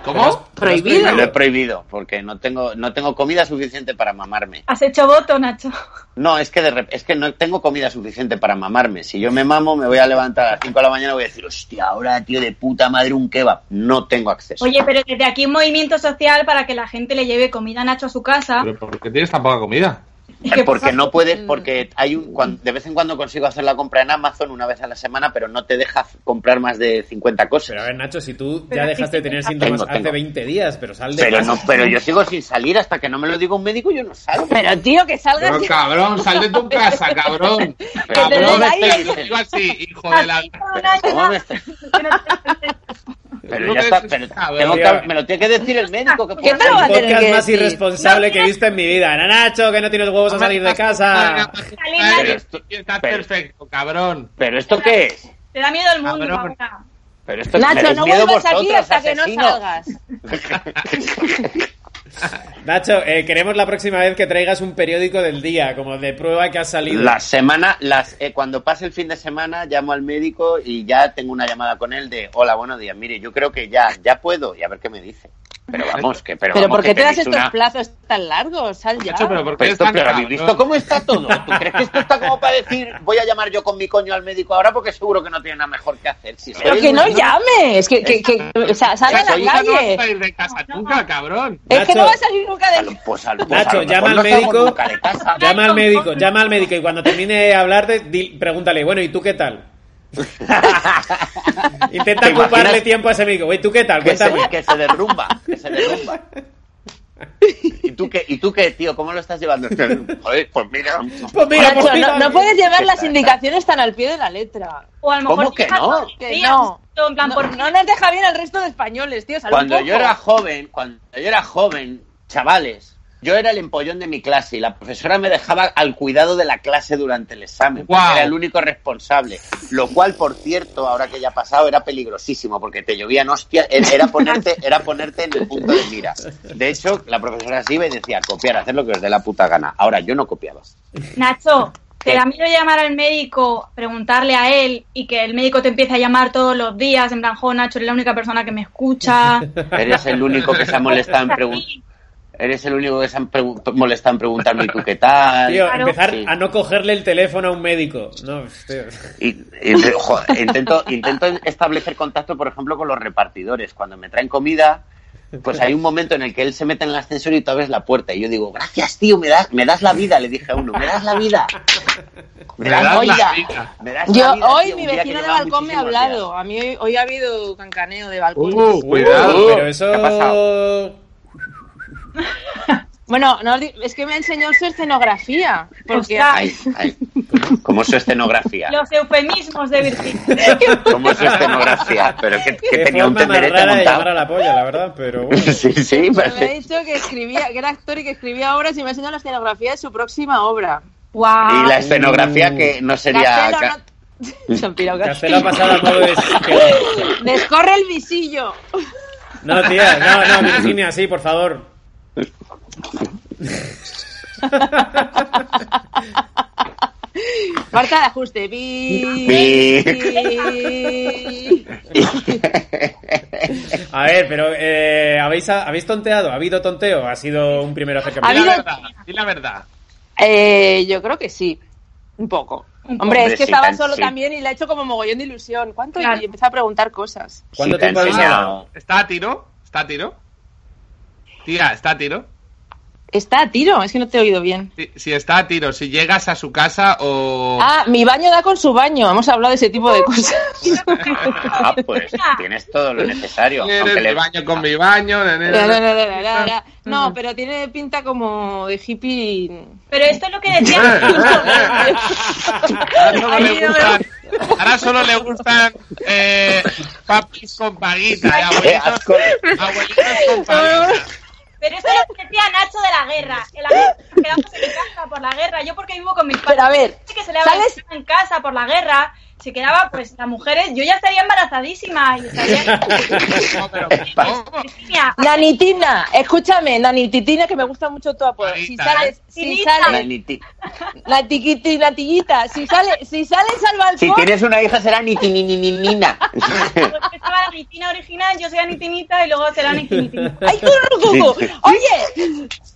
¿Cómo?
Prohibido.
Me lo he prohibido porque no tengo, no tengo comida suficiente para mamarme.
Has hecho voto, Nacho.
No, es que, de rep- es que no tengo comida suficiente para mamarme. Si yo me mamo, me voy a levantar a las 5 de la mañana y voy a decir, hostia, ahora, tío, de puta madre, un kebab. No tengo acceso.
Oye, pero desde aquí un movimiento social para que la gente le lleve comida a Nacho a su casa.
¿Pero por qué tienes tan poca comida?
Es que, por
porque
favor,
no puedes, porque hay un, cuan- de vez en cuando consigo hacer la compra en Amazon una vez a la semana, pero no te deja f- comprar más de 50 cosas.
Pero a ver, Nacho, si tú
Pero
ya
sí,
dejaste de
sí,
tener
tengo,
síntomas hace
tengo.
20 días, pero sal de
Pero
casa.
no, pero yo sigo sin salir hasta que no me lo diga un médico, yo no salgo.
Pero tío, que salgas.
Pero cabrón, sal de tu casa, cabrón.
te
Cabrón,
den
este
aire.
digo así, hijo de la.
has hecho un año
¿Cómo me
más.
estás?
Que no te-
Pero
No
ya
te-
está, pero
Ah,
cabrón,
tengo que-
tío.
me lo tiene que decir el médico. Que
¿Qué
por-
te lo va a
El
tener
podcast
que
más
decir?
irresponsable
No,
que he visto en mi vida. Era Nacho, que no tienes huevos a salir de casa.
Pero esto- Estás
pero-
perfecto, cabrón.
¿Pero esto qué es?
Te da miedo el
Ah,
mundo
Cabrón.
ahora.
Pero esto
Nacho,
tenéis
no
miedo
vuelvas aquí
vosotros,
hasta que no
asesinos.
salgas.
Nacho, eh, queremos la próxima vez que traigas un periódico del día, como de prueba que has salido.
La semana, las, eh, cuando pase el fin de semana, llamo al médico y ya tengo una llamada con él de hola, buenos días. Mire, yo creo que ya, ya puedo y a ver qué me dice. Pero vamos, que pero,
Pero
vamos,
¿por qué
que
te das
tenéis
estos
una-
plazos tan largos? Sal ya.
Nacho, pero ¿por qué
Pero
eres
esto,
tan
pero ¿habéis
cabrón?
visto cómo está todo? ¿Tú crees que esto está como para decir voy a llamar yo con mi coño al médico ahora porque seguro que no tiene nada mejor que hacer? Si soy
Pero
el
que no
único-
llames, que, que, que- o sea, sal a
Nacho,
la
hija, no vas
calle.
a salir de casa nunca, cabrón.
Es que no
Nacho.
vas a salir nunca
A
de
lo- Pues, a lo- pues a
Nacho,
lo mejor
llama al
no estamos
médico.
nunca de casa.
Llama al médico, llama al médico y cuando termine de hablarte, di- pregúntale, bueno, ¿y tú qué tal? Intenta
¿Te imaginas?
ocuparle tiempo a ese médico. Güey, ¿tú qué tal?
Que se,
Cuéntame.
que se derrumba, que se derrumba. ¿Y tú qué, ¿Y tú qué tío? ¿Cómo lo estás llevando? Joder, pues mira.
Pues mira,
Nacho,
pues mira.
no,
eh,
no puedes llevar las
Exacto.
indicaciones tan al pie de la letra.
O a lo mejor
¿Cómo que
llegas
no?
todos los
Que
días,
no.
en plan,
No,
por
no nos deja bien al resto de españoles, tío. sal un
Cuando yo
poco.
era joven, cuando yo era joven, chavales, yo era el empollón de mi clase y la profesora me dejaba al cuidado de la clase durante el examen. porque
Guau.
Era el único responsable. Lo cual, por cierto, ahora que ya ha pasado, era peligrosísimo porque te llovían hostias. Era era ponerte, era ponerte en el punto de mira. De hecho, la profesora se iba y decía, copiar, hacer lo que os dé la puta gana. Ahora, yo no copiaba.
Nacho, ¿te da miedo llamar al médico, preguntarle a él y que el médico te empiece a llamar todos los días? En plan, jo, Nacho, eres la única persona que me escucha.
Eres el único que se ha molestado en preguntar. Eres el único que se han pregu- molestado en preguntarme tú qué tal.
Tío,
Claro.
empezar
Sí.
a no cogerle el teléfono a un médico. No, tío.
Y, y, jo, intento, intento establecer contacto, por ejemplo, con los repartidores. Cuando me traen comida, pues hay un momento en el que él se mete en el ascensor y tú abres la puerta. Y yo digo, gracias, tío, me das, me das la vida, le dije a uno, me das la vida.
Me das la
vida,
vida.
me das la
Yo,
vida,
hoy
tío,
mi
un día que
vecino de
llevaba
balcón me ha
muchísimos
hablado. A mí hoy, hoy ha habido cancaneo de balcón.
Uh, cuidado.
Pero
¿qué ha
eso.
pasado?
Bueno, no, di- es que me enseñó su escenografía. Porque
Ostras.
días. Ay, ay, como su escenografía.
Los eufemismos de Virginia.
Como su escenografía. Pero que, que
Qué
tenía un
forma más
tenderete
rara de llamar a
montado.
la polla, la verdad, pero bueno.
Sí, sí,
me ha
parece.
dicho que escribía, que era actor y que escribía obras y me ha enseñado la escenografía de su próxima obra.
Guau.
Y la escenografía que no sería...
Ah. Castelo,
ca-
no- Se han pirado,
Castelo ha pasado a modo de... que-
Descorre el visillo.
No, tía, no, no, Virginia, sí, por favor.
Marca de ajuste. Pi,
Pi.
pi.
A ver, pero eh, ¿habéis, ¿habéis tonteado? ¿Ha habido tonteo? ¿Ha sido un primer
Ha
Di
acercamiento?
la
habido-
verdad, di la verdad.
Eh, yo creo que sí. Un poco. Hombre, es
Hombre,
que
sí,
estaba
tan-
solo
sí.
también y le ha hecho como mogollón de ilusión. ¿Cuánto?
Claro.
Y empieza a preguntar cosas.
¿Cuánto
Sí, te
tiempo ha
han
habido?
enseñado.
¿Está a tiro? ¿Está a tiro? Tía, ¿está a tiro?
Está a tiro, es que no te he oído bien.
Si, si está a tiro, si llegas a su casa o...
Ah, mi baño da con su baño. Hemos hablado de ese tipo de cosas.
Ah, pues tienes todo lo necesario.
Eres
Aunque
mi
le
baño con mi baño. na, na, na,
No, no,
na.
no, no, no, no. No, pero tiene pinta como de hippie.
Pero esto es lo que decía.
Ahora solo
Ay,
le
Dios.
gustan, ahora solo le gustan eh, papis con paguita, y
Qué
abuelitos,
asco.
abuelitos con paguita.
Pero esto es lo que decía Nacho de la guerra. El amor que quedamos en casa por la guerra. Yo porque vivo con mis padres.
Pero a ver,
Sí que se le daba
¿sabes?
en casa por la guerra. Se quedaba, pues, las mujeres. Yo ya estaría embarazadísima y estaría.
No, pero ¿cómo?
Virginia,
Nanitina, escúchame, Nanititina, que me gusta mucho tu apodo. Si
Nanita,
sales,
¿eh?
si
Nanita.
La
sales,
niti-
Natiquiti, Natillita, si sales, si sales al
Si
balcón,
tienes una hija será nitinininina.
porque estaba la Nitina original, yo soy Anitinita y luego será Anitinitinita.
¡Ay, turrucucu! Oye,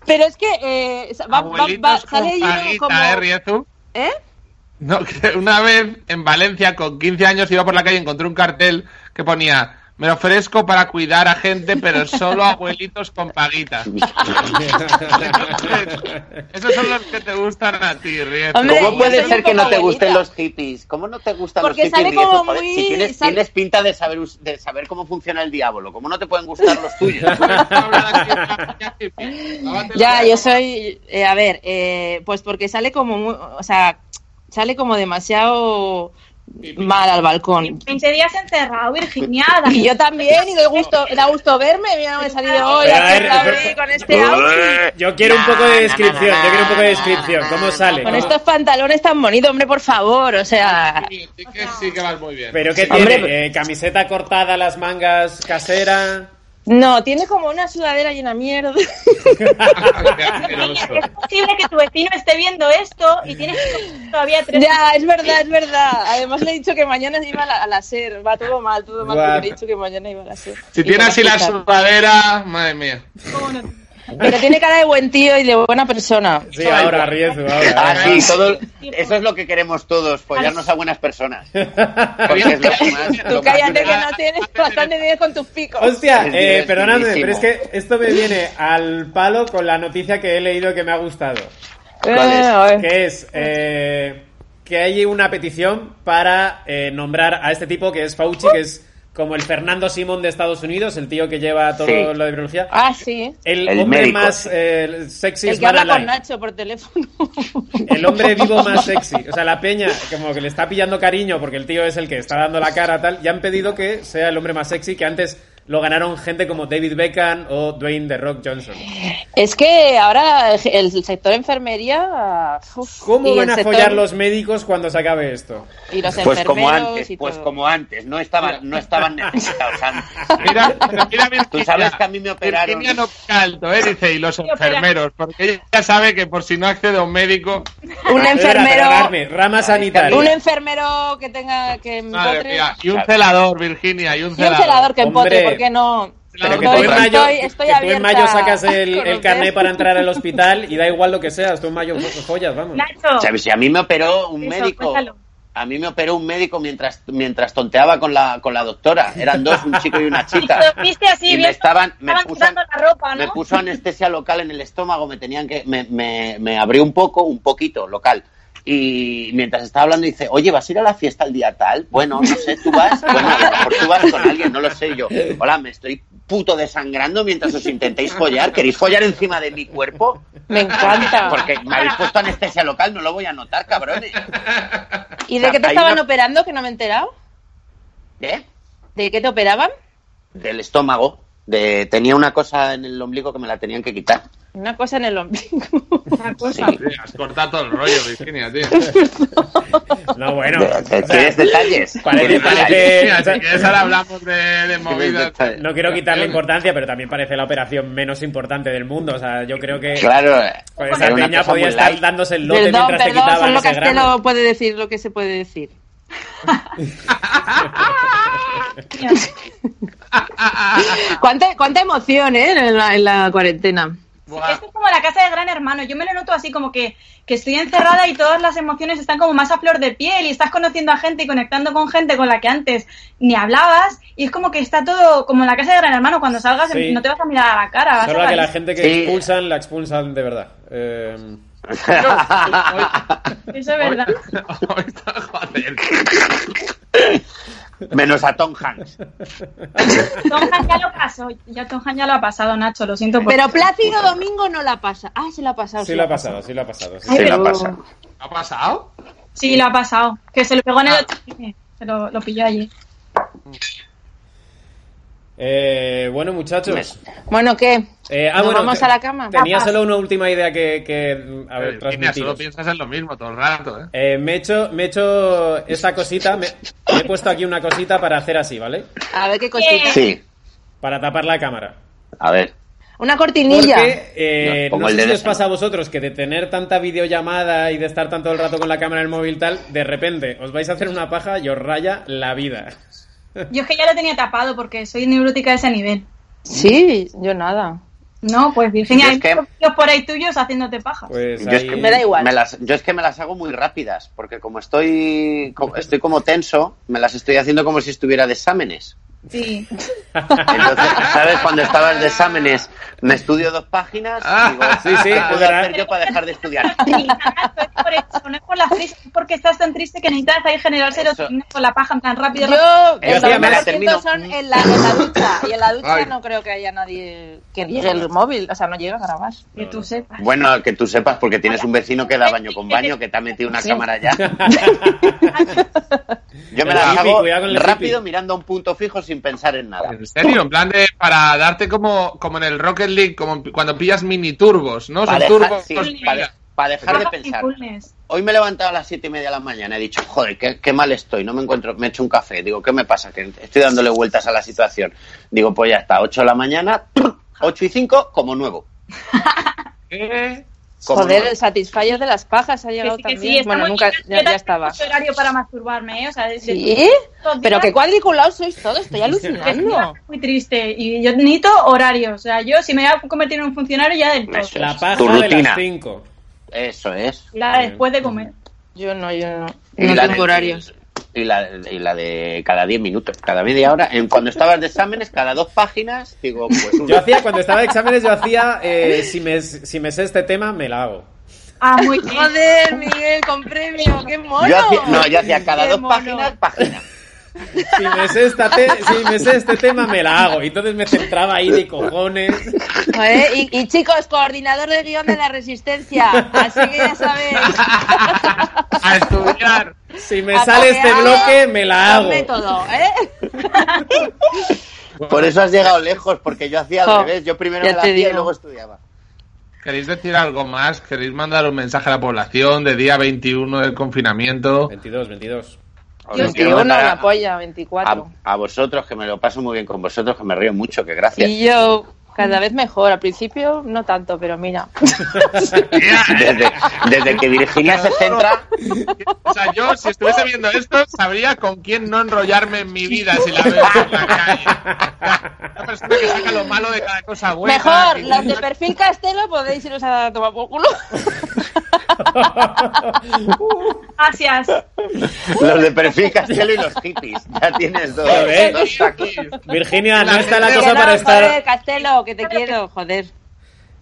pero es que eh, va, va, va,
Abuelitos
sale
con
yo como...
paguita, ¿eh, Riezu?
¿Eh?
No, que una vez en Valencia con 15 años iba por la calle y encontré un cartel que ponía me ofrezco para cuidar a gente, pero solo a abuelitos con paguita. Esos son los que te gustan a ti, Riezu.
Hombre,
¿Cómo puede
soy
ser
un
que no
poco
te gusten
abuelita.
los hippies? ¿Cómo no te gustan
Porque
los
sale
hippies? Riezu?
como
Joder,
muy-
Si tienes,
sale-
tienes pinta de saber, us- de saber cómo funciona el diablo. ¿Cómo no te pueden gustar los tuyos? Ah,
Ya, yo soy, eh, a ver, eh, pues porque sale como, muy- o sea, sale como demasiado mal al balcón.
20 días encerrado, Virginia.
Y yo también, y doy gusto, da gusto verme, mira, me he salido hoy
Pero a
aquí
ver,
otra
pero-
vez con este outfit,
Yo quiero un poco de descripción, yo quiero un poco de descripción. ¿Cómo sale?
con
¿Cómo-
estos pantalones tan bonitos, hombre, por favor, o sea,
Sí, sí que, sí que vas muy bien.
¿Pero qué
Hombre,
tiene? Eh, ¿Camiseta cortada, las mangas casera?
No, tiene como una sudadera llena de mierda.
Qué asqueroso.
Es posible que tu vecino esté viendo esto y tienes que comer todavía tres.
ya, es verdad, es verdad. Además le he dicho que mañana iba a la, a la SER. Va todo mal, todo mal.
Guau.
porque Le he dicho que mañana iba a la SER.
Si
Y
tiene
que
así
va a
la
estar.
sudadera, madre mía.
¿Cómo no?
Pero tiene cara de buen tío y de buena persona.
Sí, ahora, Riezu, ahora.
Ah, sí, todo, eso es lo que queremos todos, follarnos a buenas personas. Porque es lo que más- lo
Tú
más
cállate que
liberal.
no tienes bastante dinero con tus picos.
Hostia,
Es
eh, perdonadme, pero es
divertidísimo.
que esto me viene al palo con la noticia que he leído que me ha gustado.
¿cuál es?
Eh, a ver.
Que es eh, que hay una petición para eh, nombrar a este tipo que es Fauci, que es como el Fernando Simón de Estados Unidos, el tío que lleva todo
Sí.
lo de virología.
Ah, sí.
El,
El
hombre
médico.
más eh, el sexy
El
is
que
man
habla con
alive.
Nacho por teléfono.
El hombre vivo más sexy. O sea, la peña, como que le está pillando cariño porque el tío es el que está dando la cara, tal. Y han pedido que sea el hombre más sexy, que antes lo ganaron gente como David Beckham o Dwayne The Rock Johnson.
Es que ahora el sector enfermería. uf, y
¿Cómo
el
van a
sector-
follar los médicos cuando se acabe esto?
Y los
Pues como
enfermeros
antes,
y
pues
todo.
como antes, no estaban, no estaban necesitados antes.
Mira, mira Virginia.
Tú sabes que a mí me operaron.
Virginia no pica alto, ¿eh? Dice, y los
Me operaron.
enfermeros, porque ella ya sabe que por si no accede a un médico,
Un enfermero.
Perdonadme, rama sanitaria.
Un enfermero que tenga que
madre
empotre.
mía, y un celador, Virginia, y un
Y un
celador.
celador que empotre,
Hombre.
¿por qué no?
Pero que
Estoy-
tú en mayo,
estoy- estoy
que tú en
abierta
mayo sacas
a
el, el
conocer.
carnet para entrar al hospital y da igual lo que seas, tú en mayo follas, vamos.
Nacho,
¿Sabes? Si a mí me operó un
Eso,
médico.
cuéntalo.
A mí me operó un médico mientras, mientras tonteaba con la, con la doctora. Eran dos, un chico y una
y te
chica.
lo viste así,
Y me
viendo-
estaban, me
estaban
puso,
quitando la ropa, ¿no?
me puso anestesia local en el estómago, me tenían que, me, me, me abrió un poco, un poquito local. Y mientras estaba hablando dice, oye, ¿vas a ir a la fiesta el día tal? Bueno, no sé, tú vas, bueno, a lo mejor tú vas con alguien, no lo sé yo. Hola, me estoy puto desangrando mientras os intentéis follar. ¿Queréis follar encima de mi cuerpo?
Me encanta.
Porque me habéis puesto anestesia local, no lo voy a notar, cabrones.
¿Y de qué te
Hay
estaban
una-
operando que no me he enterado?
¿Eh?
¿De qué te operaban?
Del estómago. De, tenía una cosa en el ombligo que me la tenían que quitar.
Una cosa en el ombligo.
Una cosa.
Sí.
Tío, Has cortado todo el rollo, Virginia, tío.
No, bueno.
De- de-
o sea,
¿Quieres detalles?
parece-
¿Quieres
parece-
detalles?
Mira, si quieres ahora hablamos de, de movidas.
detalles?
no quiero quitarle importancia, pero también parece la operación menos importante del mundo. O sea, yo creo que
Claro.
pues,
era
esa
una
peña
cosa
podía
muy
estar
light.
dándose el lote
Perdón,
mientras te
perdón,
quitaban
solo
ese grano.
Castelo puede decir lo que se puede decir.
Mira.
¿Cuánta, cuánta emoción, eh, en la, en la cuarentena?
Buah,
Esto es como la casa de Gran Hermano. Yo me lo noto así, como que, que estoy encerrada y todas las emociones están como más a flor de piel y estás conociendo a gente y conectando con gente con la que antes ni hablabas. Y es como que está todo como en la casa de Gran Hermano. Cuando salgas
Sí.
no te vas a mirar a la cara. vas
Solo
a
que la
parir.
gente que
Sí.
expulsan, la expulsan de verdad. Eh,
Eso es verdad.
hoy está- oh, joder.
Menos a Tom Hanks.
Tom Han ya lo pasó. Ya Tom Han ya lo ha pasado, Nacho. Lo siento por
Pero Plácido
pues,
Domingo no la pasa. Ah, se la ha pasado.
sí
se
lo
la
ha pasado, sí lo ha pasado. sí.
Ay,
Se la
pero-
pasa.
¿Ha pasado?
Sí, lo ha pasado. Que se lo pegó en el
Ah.
89. Se lo, lo pilló allí.
Eh, bueno, muchachos.
Bueno, ¿qué?
Eh, ah,
¿Nos
bueno,
vamos
te-
a la cama?
Tenía
Papá.
solo una última idea que, que a ver,
Virginia, solo
transmitiros.
piensas en lo mismo todo el rato, ¿eh?
Eh, me he hecho, me he hecho esta cosita, me, me he puesto aquí una cosita para hacer así, ¿vale?
A ver qué cosita.
Sí.
Para tapar la cámara.
A ver.
Una cortinilla.
Porque eh,
No, pongo
no
el
sé si
dedo
os pasa a vosotros que de tener tanta videollamada y de estar tanto el rato con la cámara en el móvil tal, de repente os vais a hacer una paja y os raya la vida.
Yo es que ya lo tenía tapado porque soy neurótica a ese nivel.
Sí, yo nada.
No, pues Virginia,
Yo es
hay
que-
muchos vídeos por ahí tuyos haciéndote pajas.
Pues
Yo es,
ahí-
que
Me da igual.
me las, yo es que me las hago muy rápidas, porque como estoy, como estoy como tenso, me las estoy haciendo como si estuviera de exámenes.
Sí.
Entonces, ¿sabes? Cuando estabas de exámenes, me estudio dos páginas y digo,
Ah, Sí, sí,
¿qué
es
puedo
verdad.
hacer yo para dejar de estudiar?
Sí, Nacho, es por eso, no es por la prisa, es porque estás tan triste que necesitas ahí generar serotonina con la paja en plan rápido.
Yo,
rápido.
el
hacía más.
90% son en la, en la ducha. Y en la ducha
Ay.
no creo que haya nadie que llegue el móvil. O sea, no llega a grabar.
Que tú sepas.
Bueno, que tú sepas, porque tienes un vecino que da baño con baño, que te ha metido una cámara ya. Yo me
El
las
hippie,
hago
cuidado con el
rápido,
hippie.
mirando a un punto fijo sin pensar en nada.
En serio, en plan de para darte como, como en el Rocket League, como cuando pillas mini turbos, ¿no? Son
Para dejar-
turbos.
sí,
los
para-
pillas.
Para dejar de
Bajas
pensar.
impulses.
Hoy me he levantado a las siete y media de la mañana. He dicho, joder, qué, qué mal estoy. No me encuentro. Me he hecho un café. Digo, ¿qué me pasa? Que estoy dándole vueltas a la situación. Digo, pues ya está. Ocho de la mañana, ocho y cinco, como nuevo. Como
Joder,
nuevo.
el Satisfyer de las pajas ha
Que
llegado
sí, que sí,
también.
está
bueno,
muy
nunca,
bien. Yo
ya, ya
también
estaba.
tengo horario para masturbarme, ¿eh? O sea, de- de-
¿Sí?
todos los
Pero
días.
qué cuadriculados sois todos, estoy alucinando.
Muy triste. Y yo necesito horario. O sea, yo si me voy a convertir en un funcionario ya del todo.
Eso
La
es.
paja
Tu
de
rutina.
las 5.
Eso es.
La de después de comer.
Yo no, yo no.
Y
No
la
tengo
de-
horarios.
Y la, y la de cada 10 minutos, cada media hora. En, cuando estabas de exámenes, cada dos páginas, digo, pues
Yo
una.
hacía, cuando estaba de exámenes, yo hacía, eh, si, me, si me sé este tema, me la hago.
Ah, muy bien.
Joder, Miguel, con premio, qué mono.
Yo hacía, no, yo hacía cada
Qué
dos
mono.
páginas, página.
Si me sé, esta te- si me sé este tema, me la hago. Y entonces me centraba ahí de cojones.
Joder, y, y chicos, coordinador de guión de la resistencia. Así que ya sabéis.
A estudiar.
Si me sale este bloque, me la
Con
hago.
método, ¿eh?
Por eso has llegado lejos, porque yo hacía
Jo,
al revés. Yo primero
ya
me la
te
hacía
digo.
y luego estudiaba.
¿Queréis decir algo más? ¿Queréis mandar un mensaje a la población de día 21 del confinamiento?
22, 22.
Os
Yo
lo quiero
sí, uno,
mandar a-
una polla,
a,
24.
a vosotros, que me lo paso muy bien con vosotros, que me río mucho, que gracias.
Y yo cada vez mejor. Al principio no tanto, pero mira.
Desde, desde que Virginia se centra,
O sea, yo si estuviese viendo esto, sabría con quién no enrollarme en mi vida si la veo en la calle. Una persona que saca lo malo de cada cosa buena.
mejor,
que-
los de perfil castelo podéis iros a tomar por culo.
Gracias.
los de perfil Castelo y los hippies. Ya tienes dos.
Joder.
dos tacos.
Virginia, no está la
Que
Que
cosa
no,
para
Joder,
estar.
castelo, que te quiero, joder.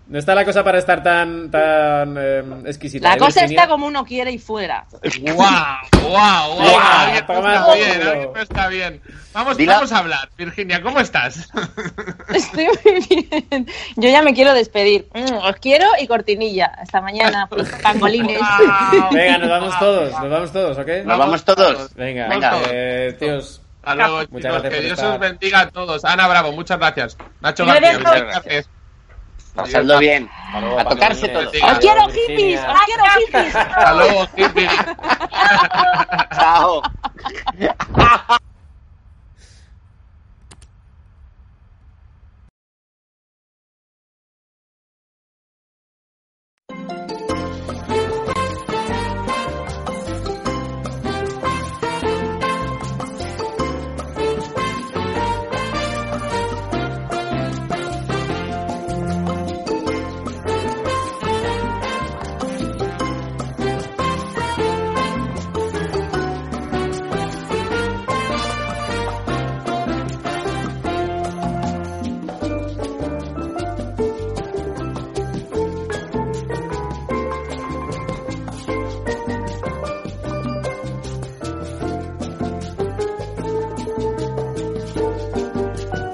No está la cosa para estar tan, tan eh, exquisita.
La
¿eh,
cosa
Virginia?
está como uno quiere y fuera.
¡Guau! ¡Guau! ¡Guau!
Venga,
Alguien
toma el culo.
no está bien, alguien no está bien. Vamos,
Dila-
vamos a hablar. Virginia, ¿cómo estás?
Estoy muy bien. Yo ya me quiero despedir. Mm, os quiero y cortinilla. Hasta mañana, pues, pangolines.
Guau.
Venga, nos vamos todos, nos vamos todos, ¿ok?
Nos vamos todos.
Venga,
Venga.
eh, tíos.
Hasta luego,
Muchas
chicos.
gracias
Que
por
Dios
estar.
os bendiga a todos. Ana Bravo, muchas gracias. Nacho
Yo
García,
dejo-
muchas gracias.
Pasadlo bien.
luego,
A tocarse
Paco.
todos.
Venga,
Os quiero
Virginia.
hippies, os quiero hippies.
Hasta luego, Cipi.
Chao.